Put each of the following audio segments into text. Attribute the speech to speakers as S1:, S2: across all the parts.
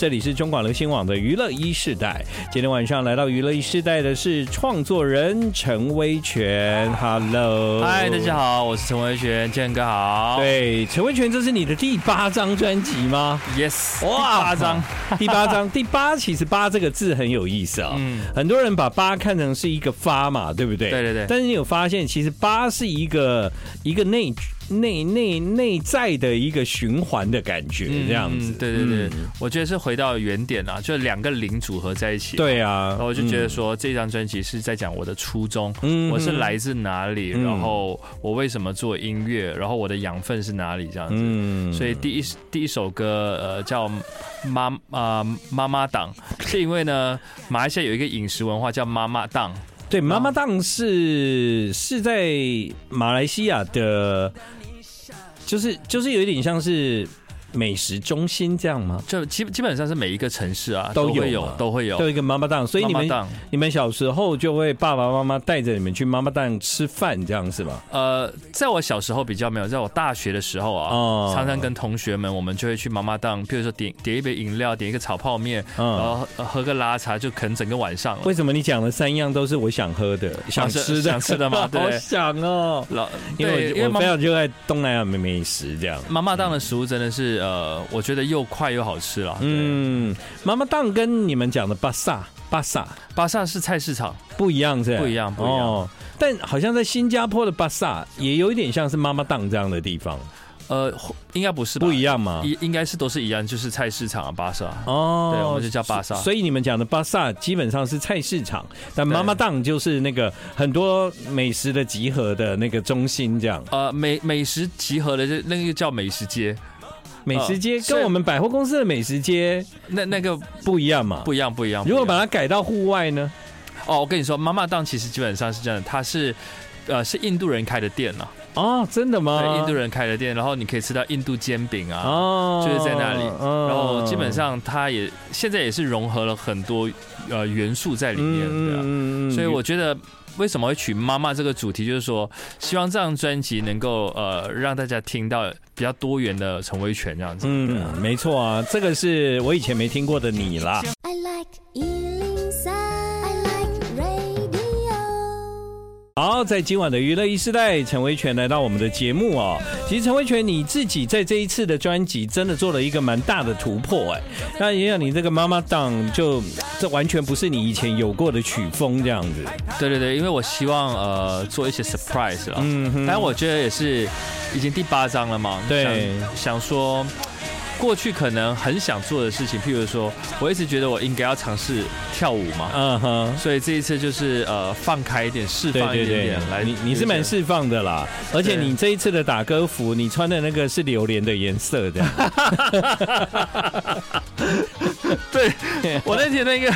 S1: 这里是中广流行网的娱乐一世代，今天晚上来到娱乐一世代的是创作人陈威权。Hello，
S2: 嗨，大家。好，我是陈维璇，健哥好。
S1: 对，陈威权，这是你的第八张专辑吗？
S2: ，yes，
S1: 哇
S2: 哇，八张，
S1: 第八张，第八其实“八”这个字很有意思啊、
S2: 嗯
S1: 很多人把“八”看成是一个发嘛，对不对？
S2: 对对对
S1: 但是你有发现，其实“八”是一个一个内内内内在的一个循环的感觉，这样子。
S2: 嗯对对对
S1: 嗯，
S2: 我觉得是回到原点啦，就两个零组合在一起。。
S1: 对啊，
S2: 然后我就觉得说，这张专辑是在讲我的初衷，
S1: 嗯
S2: 我是来自哪里，
S1: 嗯
S2: 然后我为什么做音乐，然后我的养分是哪里这样子。
S1: 嗯，
S2: 所以第一第一首歌呃叫妈啊、妈妈档，是因为呢马来西亚有一个饮食文化叫妈妈档，
S1: 对，妈妈档是是在马来西亚的，就是就是有一点像是美食中心这样吗？
S2: 就基基本上是每一个城市啊
S1: 都有
S2: 会
S1: 嘛
S2: 有都会有
S1: 都有一个妈妈档，所以你们
S2: 妈妈档
S1: 你们小时候就会爸爸妈妈带着你们去妈妈档吃饭，这样是吗？
S2: 呃，在我小时候比较没有，在我大学的时候啊，
S1: 哦
S2: 常常跟同学们，我们就会去妈妈档，譬如说点点一杯饮料，点一个炒泡面，
S1: 嗯
S2: 然后呃喝个拉茶，就啃整个晚上了。
S1: 为什么你讲的三样都是我想喝的、想吃的、
S2: 啊想吃 的吗对
S1: 好想哦，
S2: 老
S1: 因为
S2: 对，
S1: 我
S2: 因为
S1: 我
S2: 妈
S1: 非常热爱东南亚美美食这样。
S2: 妈妈档的食物真的是呃，我觉得又快又好吃了。嗯，
S1: 嗯，妈妈档跟你们讲的巴萨巴萨
S2: 巴萨是菜市场，
S1: 不一样是吧
S2: 不一样不一样
S1: 哦，但好像在新加坡的巴萨也有一点像是妈妈档这样的地方，
S2: 呃，应该不是吧
S1: 不一，样吗？
S2: 应应该是都是一样，就是菜市场啊，巴萨。
S1: 哦，
S2: 对我们就叫巴萨
S1: 所以你们讲的巴萨基本上是菜市场，但
S2: 对
S1: 妈妈档就是那个很多美食的集合的那个中心，这样
S2: 呃，美美食集合的这那个叫美食街，嗯
S1: 美食街
S2: 是
S1: 跟我们百货公司的美食街
S2: 那那个
S1: 不一样嘛。
S2: 不一样不一样。不一样
S1: 如果把它改到户外呢？
S2: 哦，我跟你说，妈妈档其实基本上是这样的，它是。呃，是印度人开的店呐、
S1: 哦，真的吗？
S2: 对，印度人开的店，然后你可以吃到印度煎饼啊，
S1: 哦
S2: 就是在那里。
S1: 嗯
S2: 然后基本上它也现在也是融合了很多呃元素在里面，对啊。
S1: 嗯
S2: 所以我觉得为什么会取妈妈这个主题，就是说希望这张专辑能够呃让大家听到比较多元的陈威权这样子。对啊
S1: 嗯，没错啊，这个是我以前没听过的你啦。
S3: I like Ealing Sound. I like radio.
S1: 好，在今晚的娱乐一时代，陈维权来到我们的节目哦。其实陈维权你自己在这一次的专辑真的做了一个蛮大的突破哎。那也有你这个妈妈档就这完全不是你以前有过的曲风这样子。
S2: 对对对，因为我希望呃做一些 surprise 啦，
S1: 嗯哼
S2: 但我觉得也是已经第八章了嘛，
S1: 对
S2: 想想说过去可能很想做的事情，譬如说，我一直觉得我应该要尝试跳舞嘛，
S1: 嗯哼。
S2: 所以这一次就是呃放开一点，释
S1: 对
S2: 放一
S1: 对
S2: 点
S1: 对
S2: 点来，
S1: 你你是蛮
S2: 释
S1: 释放的啦，而且
S2: 对
S1: 你这一次的打歌服，你穿的那个是榴莲的颜色的，
S2: 对，我那天那个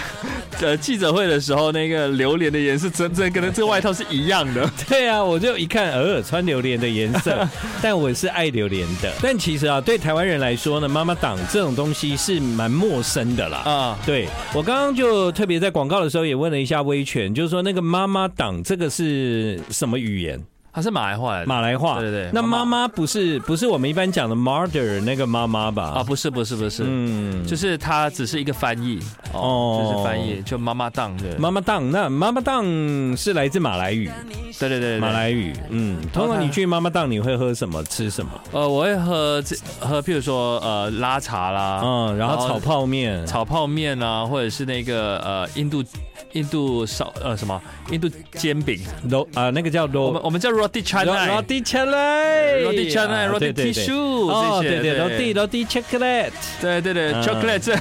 S2: 呃记者会的时候，那个榴莲的颜色真正跟这个外套是一样 的，
S1: 对啊，我就一看，呃，穿榴莲的颜 色，但我是爱榴莲的。但其实啊，对台湾人来说呢，妈妈档这种东西是蛮陌生的啦。
S2: 啊
S1: 对我刚刚就特别在广告的时候也问了一下威权，就是说那个妈妈档这个是什么语言？
S2: 它是马来话来的，
S1: 马来话。
S2: 对对对
S1: 那妈
S2: 妈妈
S1: 妈不是不是我们一般讲的 mother 那个妈妈吧？
S2: 啊不是不是不是，
S1: 嗯，
S2: 就是它只是一个翻译哦，
S1: 哦
S2: 就是翻译，就妈妈档对
S1: 妈妈档，那妈妈档是来自马来语，
S2: 对对对
S1: 马
S2: 对。
S1: 来语。嗯，通
S2: 哦
S1: 常你去妈妈档你会喝什么？吃什么？
S2: 呃，我会喝这喝，譬如说呃拉茶啦，
S1: 嗯，然后炒泡面，
S2: 炒泡面啊，或者是那个呃印度印度烧呃什么印度煎饼，
S1: 罗啊，那个叫
S2: 我
S1: 罗
S2: 们我们叫 roti
S1: o
S2: canai。
S1: 蒂巧克力
S2: roti canai, roti
S1: 啊
S2: tissue，
S1: 哦，
S2: 这
S1: 对
S2: 些
S1: 对，
S2: 对
S1: 罗蒂罗蒂巧克力，
S2: 对对对
S1: 嗯
S2: ，chocolate，这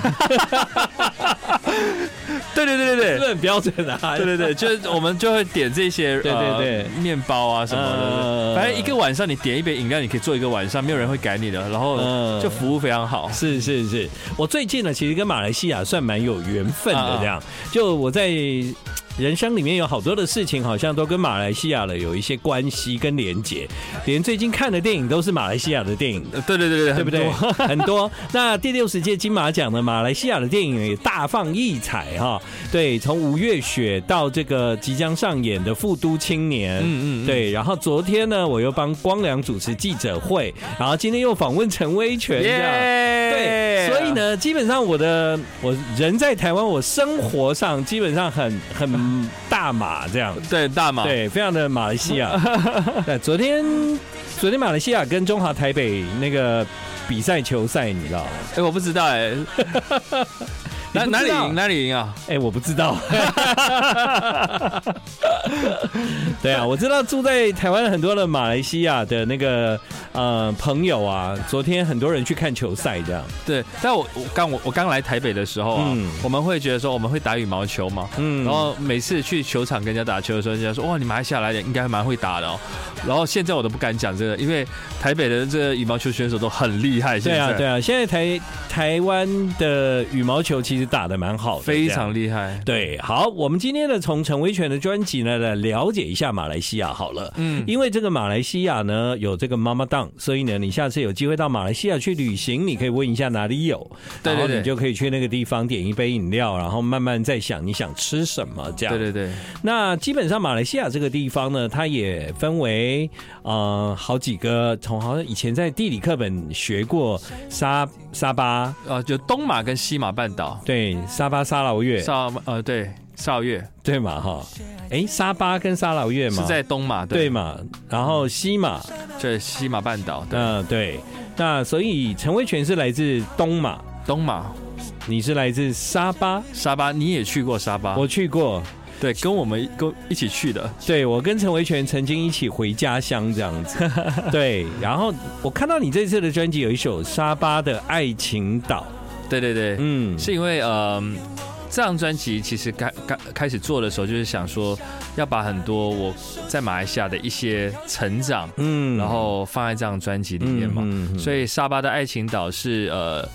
S2: 对对对对对
S1: 是不
S2: 对
S1: 是很标准 啊？
S2: 对对对，就是我们就会点这些，
S1: 对对
S2: 呃
S1: 对
S2: 面包啊什么
S1: 嗯
S2: 的，反正一个晚上你点一杯饮料，你可以做一个晚上，没有人会赶你的，
S1: 嗯
S2: 然后就服务非常好。
S1: 是是是，我最近呢，其实跟马来西亚算蛮有缘分的，这样。就我在嘖人生里面有好多的事情，好像都跟马来西亚的有一些关系跟连结，连最近看的电影都是马来西亚的电影。
S2: 呃对对对对，
S1: 对不对？
S2: 很 多
S1: 很多。那第六十届金马奖呢，马来西亚的电影也大放异彩哈。对，从《五月雪》到这个即将上演的《复都青年》，
S2: 嗯嗯嗯
S1: 对。然后昨天呢，我又帮光良主持记者会，然后今天又访问陈威权，这样。对，
S2: 耶
S1: 所以，呢，基本上我的我人在台湾，我生活上基本上很很大马这样，
S2: 对大马，
S1: 对，非常的马来西 亚。对，昨天昨天马来西亚跟中华台北那个比赛球赛，你知道吗？
S2: 哎，我不知道 哎，哪
S1: 你不知道
S2: 哪里赢哪里赢啊？
S1: 哎、我不知 道。对啊，我知道住在台湾很多的马来西亚的那个呃朋友啊，昨天很多人去看球赛，这样。
S2: 对，但我我刚我我刚来台北的时候啊
S1: 嗯，
S2: 我们会觉得说我们会打羽毛球嘛，
S1: 嗯
S2: 然后每次去球场跟人家打球的时候，人家说哇，你马来西亚来的应该蛮会打的哦。然后现在我都不敢讲这个，因为台北的这个羽毛球选手都很厉害，现
S1: 对啊，
S2: 在
S1: 对啊，现在台台湾的羽毛球其实打得蛮好的，
S2: 非
S1: 这样
S2: 常厉害。
S1: 对。好，我们今天呢，从陈维权的专辑呢来了解一下马来西亚好了。
S2: 嗯，
S1: 因为这个马来西亚呢有这个妈妈档，所以呢，你下次有机会到马来西亚去旅行，你可以问一下哪里有，
S2: 对对
S1: 然后你
S2: 对
S1: 就可以去那个地方点一杯饮料，然后慢慢再想你想吃什么这样。
S2: 对对对，
S1: 那基本上马来西亚这个地方呢，它也分为呃好几个，从好像以前在地理课本学过沙沙巴，
S2: 呃，就东马跟西马半岛，
S1: 对沙巴沙劳越，
S2: 少呃对少越
S1: 对嘛哈？诶，沙巴跟沙劳越嘛，
S2: 是在东马，
S1: 对
S2: 对
S1: 嘛？然后西马，
S2: 对西马半岛，对
S1: 嗯、对，那所以陈威权是来自东马，
S2: 东马
S1: 你是来自沙巴，
S2: 沙巴，你也去过沙巴？
S1: 我去过，
S2: 对，跟我们跟一起去的，
S1: 对我跟陈维权曾经一起回家乡这样 子，对，然后我看到你这次的专辑有一首《沙巴的爱情岛》，
S2: 对对对，
S1: 嗯，
S2: 是因为呃，这张专辑其实开开开始做的时候，就是想说要把很多我在马来西亚的一些成长，
S1: 嗯
S2: 然后放在这张专辑里面嘛。
S1: 嗯
S2: 所以沙巴的爱情岛是呃，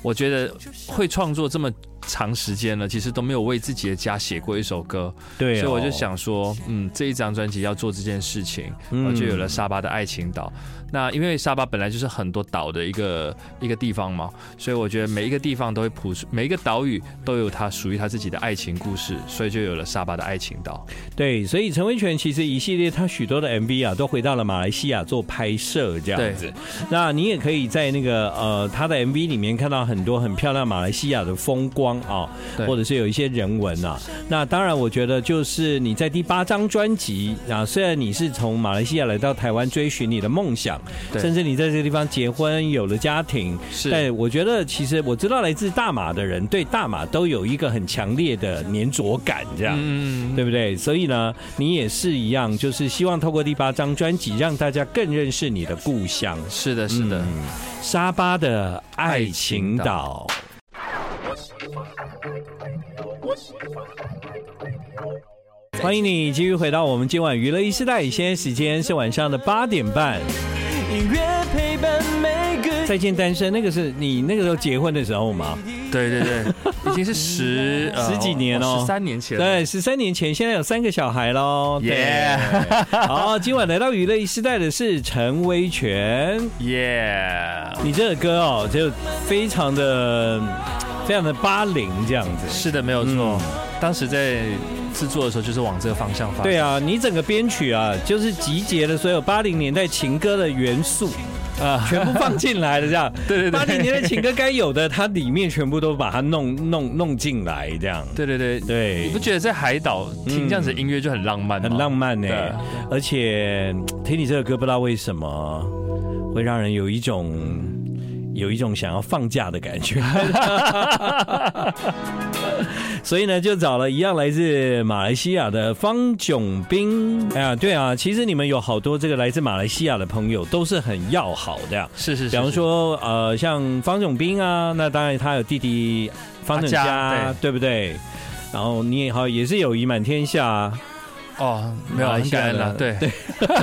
S2: 我觉得会创作这么长时间了，其实都没有为自己的家写过一首歌，
S1: 对、哦
S2: 所以我就，想说，嗯，这一张专辑要做这件事情，
S1: 嗯
S2: 然后就有了沙巴的爱情岛。那因为沙巴本来就是很多岛的一个一个地方嘛，所以我觉得每一个地方都会谱，每一个岛屿都有它属于它自己的爱情故事，所以就有了沙巴的爱情岛。
S1: 对，所以陈维权其实一系列他许多的 MV 啊，都回到了马来西亚做拍摄这样子。那你也可以在那个呃他的 MV 里面看到很多很漂亮马来西亚的风光啊，
S2: 对
S1: 或者是有一些人文啊。那当然，我觉得就是你在第八张专辑啊，虽然你是从马来西亚来到台湾追寻你的梦想，
S2: 对
S1: 甚至你在这个地方结婚有了家庭，
S2: 是
S1: 但我觉得其实我知道来自大马的人对大马都有一个很强烈的粘着感，这样。
S2: 嗯，
S1: 对不对？所以呢，你也是一样，就是希望透过第八张专辑，让大家更认识你的故乡
S2: 是的，是的。
S1: 嗯沙巴的爱情岛。欢迎你继续回到我们今晚娱乐一时代，现在时间是晚上的八点半。
S4: 音乐陪伴每个
S1: 再见单身，那个是你那个时候结婚的时候吗？
S2: 对对 对，已经是十、呃
S1: 十几年哦
S2: 十三年前了。
S1: 对，十三年前，现在有三个小孩喽。
S2: 耶
S1: 对 好，今晚来到娱乐一时代的是陈威权。
S2: 耶
S1: 你这个歌哦，就非常的、非常的八零这样子。
S2: 是的，没有
S1: 嗯
S2: 错。当时在制作的时候，就是往这个方向发展。
S1: 对啊，你整个编曲啊，就是集结了所有八零年代情歌的元素啊， 全部放进来了，这 样。
S2: 对对对
S1: 八零年代情歌该有的，它里面全部都把它弄弄弄进来，这样。
S2: 对对对
S1: 对
S2: 你不觉得在海岛听这样子的音乐就很浪漫吗？
S1: 嗯很浪漫呢、
S2: 哦对
S1: 而且嗯听你这个歌，不知道为什么会让人有一种有一种想要放假的感 觉。所以呢，就找了一样来自马来西亚的方炯斌。哎呀，对啊，其实你们有好多这个来自马来西亚的朋友，都是很要好的、呀。
S2: 是是是，
S1: 比方说，呃，像方炯斌啊，那当然他有弟弟方正
S2: 阿
S1: 佳，
S2: 佳
S1: 对不对？然后你也好也是友谊满天下啊。
S2: 哦，没有，
S1: 马来
S2: 很
S1: 西亚
S2: 感恩
S1: 的
S2: 了，对对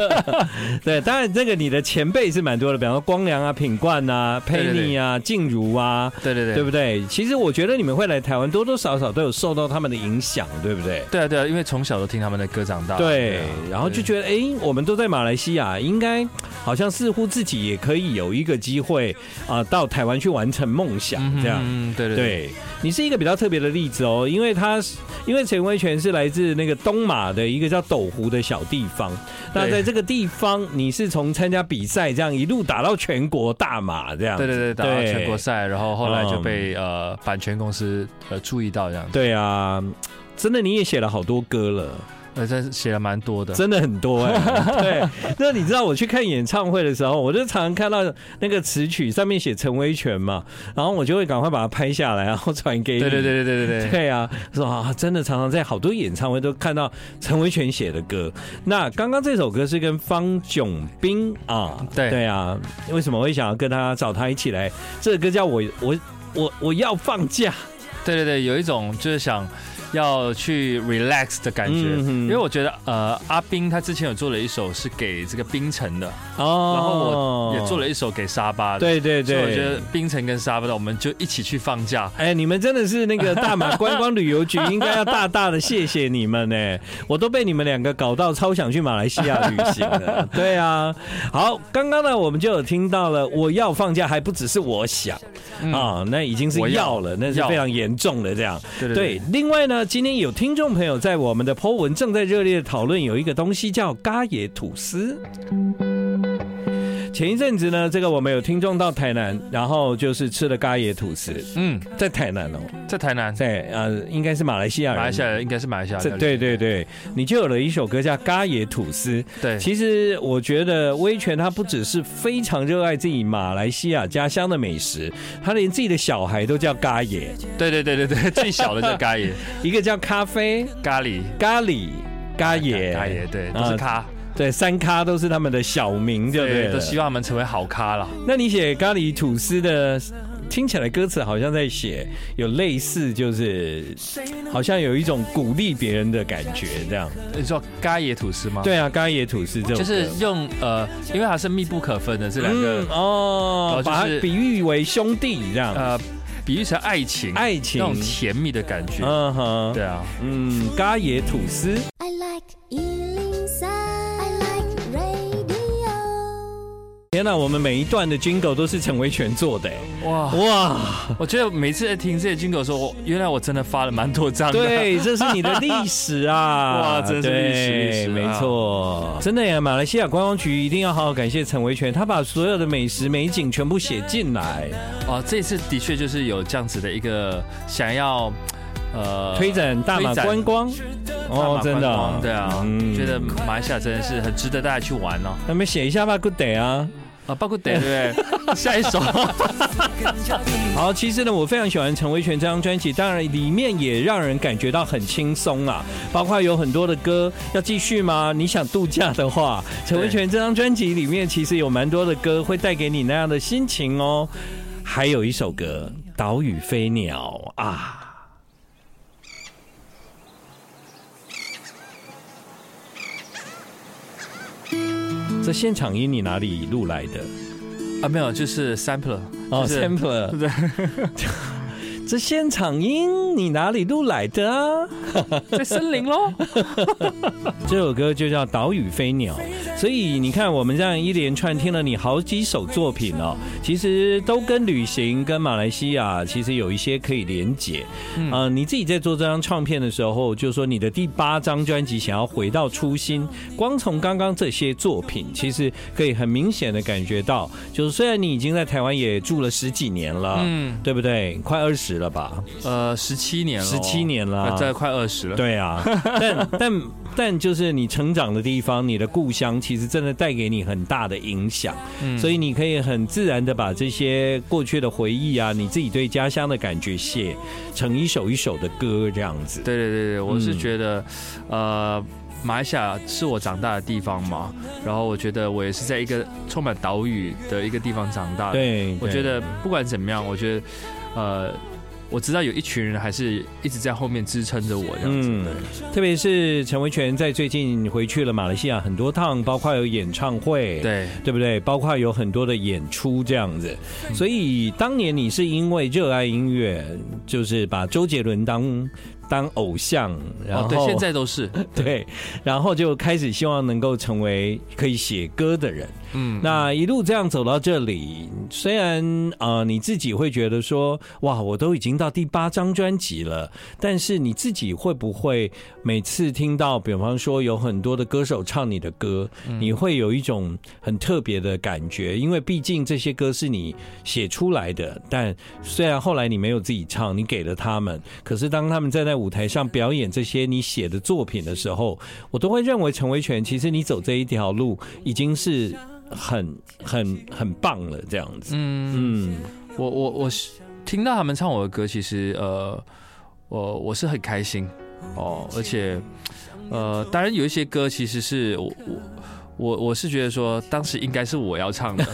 S1: 对，当然这个你的前辈是蛮多的，比方说光良啊、品冠啊、
S2: 对
S1: 佩
S2: 对
S1: 妮啊、静茹啊，
S2: 对对
S1: 对不对？其实我觉得你们会来台湾，多多少少都有受到他们的影响，对不对？
S2: 对啊对啊，因为从小都听他们的歌长大，
S1: 对
S2: 啊，
S1: 然后就觉得，哎、我们都在马来西亚，应该好像似乎自己也可以有一个机会啊、到台湾去完成梦想
S2: 嗯哼
S1: 这样。
S2: 嗯对对对
S1: 对你是一个比较特别的例子哦，因为他是因为陈威权是来自那个东马的一个叫斗湖的小地方。那
S2: 对
S1: 在这个地方，你是从参加比赛这样一路打到全国大马这样。
S2: 对对对，打到
S1: 对嗯
S2: 全国赛，然后后来就被呃版权公司呃注意到这样子，
S1: 对啊，真的你也写了好多歌了。
S2: 呃，这写了蛮多的，
S1: 真的很多哎、对， 那你知道我去看演唱会的时候，我就常常看到那个词曲上面写陈威权嘛，然后我就会赶快把它拍下来，然后传给你。
S2: 对对。对对对对对，
S1: 对啊，说啊，真的常常在好多演唱会都看到陈维权写的歌。那刚刚这首歌是跟方炯斌啊，
S2: 对
S1: 对啊，为什么会想要跟他找他一起来？这个歌叫我我我我要放假，
S2: 对对对，有一种就是想要去 relax 的感觉，
S1: 嗯哼
S2: 因为我觉得呃阿斌他之前有做了一首是给这个冰城的，然后
S1: 哦
S2: 我也做，了一首给沙巴的，
S1: 对对
S2: 所以
S1: 对，
S2: 我觉得冰城跟沙巴的我们就一起去放假，
S1: 哎，你们真的是那 个大马观光旅游局，应该要大大的谢谢你们呢！我都被你们两个搞到超想去马来西亚旅行 了。对啊，好，刚刚呢我们就有听到了，我要放假还不只是我想啊、
S2: 嗯
S1: 那已经是
S2: 我要
S1: 要了，那是
S2: 要
S1: 非常严重的这样。
S2: 对对
S1: 对
S2: 对，
S1: 另外呢，今天有听众朋友在我们的 Po 文正在热烈讨论有一个东西叫咖野吐司。前一阵子呢，这个我们有听众到台南，然后就是吃了咖野吐司，
S2: 嗯，
S1: 在台南哦，
S2: 在台南，
S1: 在呃，应该是马来西亚
S2: 马
S1: 人。
S2: 来西亚人应该是马来西亚
S1: 这
S2: 人，
S1: 对对对，你就有了一首歌叫《咖野吐司》。
S2: 对，
S1: 其实我觉得威权他不只是非常热爱自己马来西亚家乡的美食，他连自己的小孩都叫咖野，
S2: 对对对对对，最小的叫咖喱，
S1: 一个叫咖啡、
S2: 咖喱，
S1: 咖喱、咖野、
S2: 咖喱，对，都是
S1: 啊
S2: 咖，
S1: 对，三咖都是他们的小名，对不对
S2: 对，
S1: 了？
S2: 都希望他们成为好咖了。
S1: 那你写咖喱吐司的，听起来歌词好像在写有类似，就是好像有一种鼓励别人的感觉，这样。
S2: 你说咖椰吐司吗？，
S1: 对啊，刚刚也吐司这种歌，
S2: 哦就是用呃，因为它是密不可分的这两个
S1: 嗯、哦
S2: 然后，就是
S1: 把它比喻为兄弟这样，
S2: 呃，比喻成爱情，
S1: 爱
S2: 那
S1: 情，
S2: 种甜蜜的感觉。
S1: 嗯哼，
S2: 对啊，
S1: 嗯，咖野吐司。
S3: I like Ealing Sound. I like radio.
S1: 天呐，我们每一段的 Jingle 都是陈维全做 的，欸
S2: 哇，
S1: 哇，
S2: 我觉得每次在听这些军狗的时候，我原来我真的发了蛮多张的。
S1: 对，这是你的历史啊！
S2: 哇真是历史
S1: 对
S2: 历史啊
S1: 没错，真的呀！马来西亚观光局一定要好好感谢陈维权，他把所有的美食美景全部写进来，
S2: 哦，这次的确就是有这样子的一个想要呃
S1: 推展大马
S2: 推展
S1: 观光。
S2: 大马
S1: 哦，真的
S2: 观
S1: 啊
S2: 光，对啊，
S1: 嗯
S2: 觉得马来西亚真的是很值得大家去玩哦。
S1: 那么写一下吧，Good day 啊！
S2: 啊，包括对对对， 下一首啊
S1: 好，其实呢，我非常喜欢陈维权这张专辑，当然里面也让人感觉到很轻松啊，包括有很多的歌要继续吗？你想度假的话，陈维权这张专辑里面其实有蛮多的歌会带给你那样的心情哦。还有一首歌《岛屿飞鸟》啊。这现场音你哪里录来的？
S2: 啊，没有，就是 sampler，
S1: 哦
S2: 就是
S1: ，sampler，这现场音你哪里录来的啊？
S2: 在森林喽。
S1: 这首歌就叫《岛屿飞鸟》，所以你看，我们这样一连串听了你好几首作品哦，其实都跟旅行、跟马来西亚其实有一些可以连结。嗯、呃，你自己在做这张唱片的时候，就说你的第八张专辑想要回到初心，光从刚刚这些作品，其实可以很明显的感觉到，就是虽然你已经在台湾也住了十几年了，
S2: 嗯
S1: 对不对？快二十了吧？
S2: 呃，十七年了哦，
S1: 17年了
S2: 呃这快二十了。，
S1: 对 啊，但但但就是你成长的地方，你的故乡，其实真的带给你很大的影响，
S2: 嗯
S1: 所以你可以很自然的把这些过去的回忆啊，你自己对家乡的感觉写成一首一首的歌这样子。
S2: 对对对对，我是
S1: 嗯
S2: 觉得，呃，马来西亚是我长大的地方嘛，然后我觉得我也是在一个充满岛屿的一个地方长大的。，
S1: 对，
S2: 啊我
S1: 对
S2: 觉得不管怎么样，我觉得，呃，我知道有一群人还是一直在后面支撑着我这样子。
S1: 嗯，特别是陈维权在最近回去了马来西亚很多趟，包括有演唱会，
S2: 对，
S1: 对不对？包括有很多的演出这样子，所以当年你是因为热爱音乐，就是把周杰伦当当偶像，然
S2: 哦
S1: 后、
S2: 对，现在 都是，
S1: 对，然后就开始希望能够成为可以写歌的人。
S2: 嗯，
S1: 那一路这样走到这里，虽然呃你自己会觉得说，哇，我都已经到第八张专辑了，但是你自己会不会每次听到，比方说有很多的歌手唱你的歌，你会有一种很特别的感觉，因为毕竟这些歌是你写出来的，但虽然后来你没有自己唱，你给了他们，可是当他们站在舞台上表演这些你写的作品的时候，我都会认为陈维权，其实你走这一条路已经是很很很棒了，这样子。嗯
S2: 我我我是听到他们唱我的歌，其实呃，我我是很开心哦，而且呃，当然有一些歌其实是我我我我是觉得说当时应该是我要 唱的，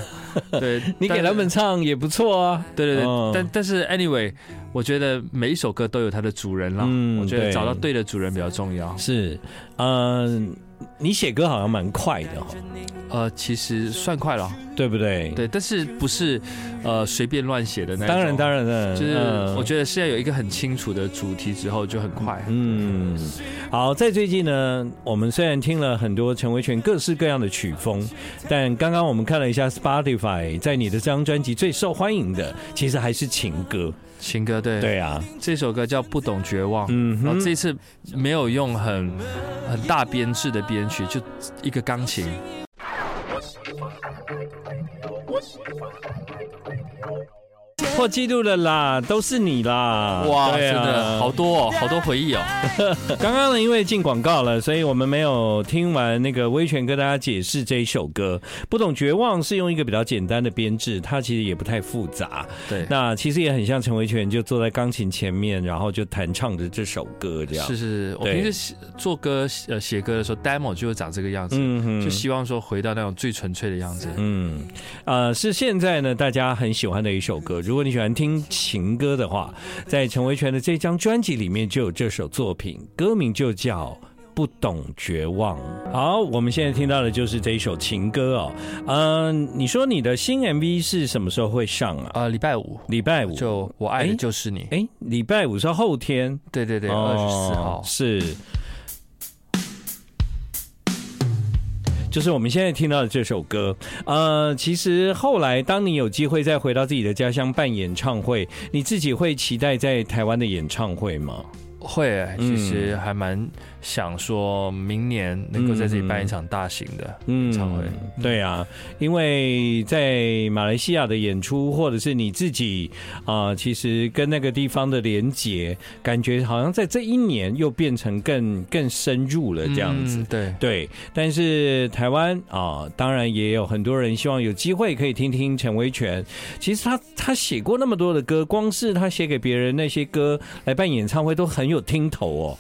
S2: 对
S1: 你给
S2: 但
S1: 他们唱也不错啊。
S2: 对对对，
S1: 嗯
S2: 但但是 anyway，我觉得每一首歌都有它的主人啦，
S1: 嗯
S2: 我觉得
S1: 对
S2: 找到对的主人比较重要。
S1: 是，嗯、你写歌好像蛮快的哦，
S2: 呃，其实算快了，
S1: 对不对？
S2: 对，但是不是呃随便乱写的那一种
S1: 当然当然了，
S2: 就是
S1: 嗯
S2: 我觉得是要有一个很清楚的主题之后就很快。
S1: 嗯，好，在最近呢，我们虽然听了很多陈维权各式各样的曲风，但刚刚我们看了一下 Spotify，在你的这张专辑最受欢迎的，其实还是情歌。
S2: 情歌对，
S1: 对啊，
S2: 这首歌叫《不懂绝望》，
S1: 嗯
S2: 然后
S1: 哼，
S2: 这次没有用很很大编制的编曲，就一个钢琴。
S1: 破纪录了啦，都是你啦！
S2: 哇，
S1: 对
S2: 真
S1: 啊
S2: 的好多哦，好多回忆哦。
S1: 刚刚呢，因为进广告了，所以我们没有听完那个威权跟大家解释这一首歌。不懂绝望是用一个比较简单的编制，它其实也不太复杂。
S2: 对，
S1: 那其实也很像陈维权，就坐在钢琴前面，然后就弹唱着这首歌这样。
S2: 是，是，我
S1: 对
S2: 平时写做歌呃写歌的时候，demo 就会长这个样子，
S1: 嗯哼
S2: 就希望说回到那种最纯粹的样子。
S1: 嗯，呃，是现在呢大家很喜欢的一首歌。如果你喜欢听情歌的话，在陈维权的这张专辑里面就有这首作品，歌名就叫。不懂绝望。好，我们现在听到的就是这一首情歌哦。嗯、你说你的新 MV 是什么时候会上啊？
S2: 呃，礼拜五
S1: 礼拜五。
S2: 就我爱
S1: 哎
S2: 的就是你，
S1: 哎，哦礼拜五是后天。
S2: 对对对，二十四号。
S1: 是。就是我们现在听到的这首歌，呃，其实后来当你有机会再回到自己的家乡办演唱会，你自己会期待在台湾的演唱会吗？
S2: 会欸，
S1: 嗯
S2: 其实还蛮想说明年能够在这里办一场大型的。
S1: 嗯
S2: 唱会
S1: 对啊，因为在马来西亚的演出，或者是你自己啊、其实跟那个地方的连结，感觉好像在这一年又变成更更深入了这样子。
S2: 嗯对，
S1: 对，但是台湾啊、当然也有很多人希望有机会可以听听陈维权。其实他他写过那么多的歌，光是他写给别人那些歌来办演唱会都很有听头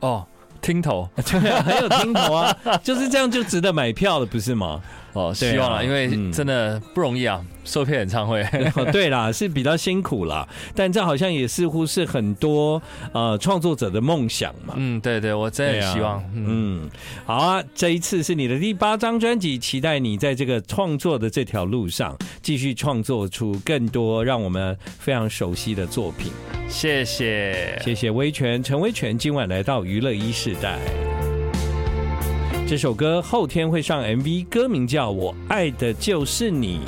S1: 哦，
S2: 哦，听头
S1: 对啊，很有听头啊，就是这样就值得买票了，不是吗？
S2: 哦，
S1: 对啊
S2: 希望了，
S1: 嗯
S2: 因为真的不容易啊，受骗演唱 会。
S1: 哦对啦，是比较辛苦啦，但这好像也似乎是很多呃创作者的梦想嘛。
S2: 嗯，对对，我真的
S1: 对啊
S2: 很希望。嗯，
S1: 嗯，好啊，这一次是你的第八张专辑，期待你在这个创作的这条路上继续创作出更多让我们非常熟悉的作品。
S2: 谢谢。
S1: 谢谢威权，陈威权今晚来到娱乐一世代。这首歌后天会上 MV，歌名叫《我爱的就是你》。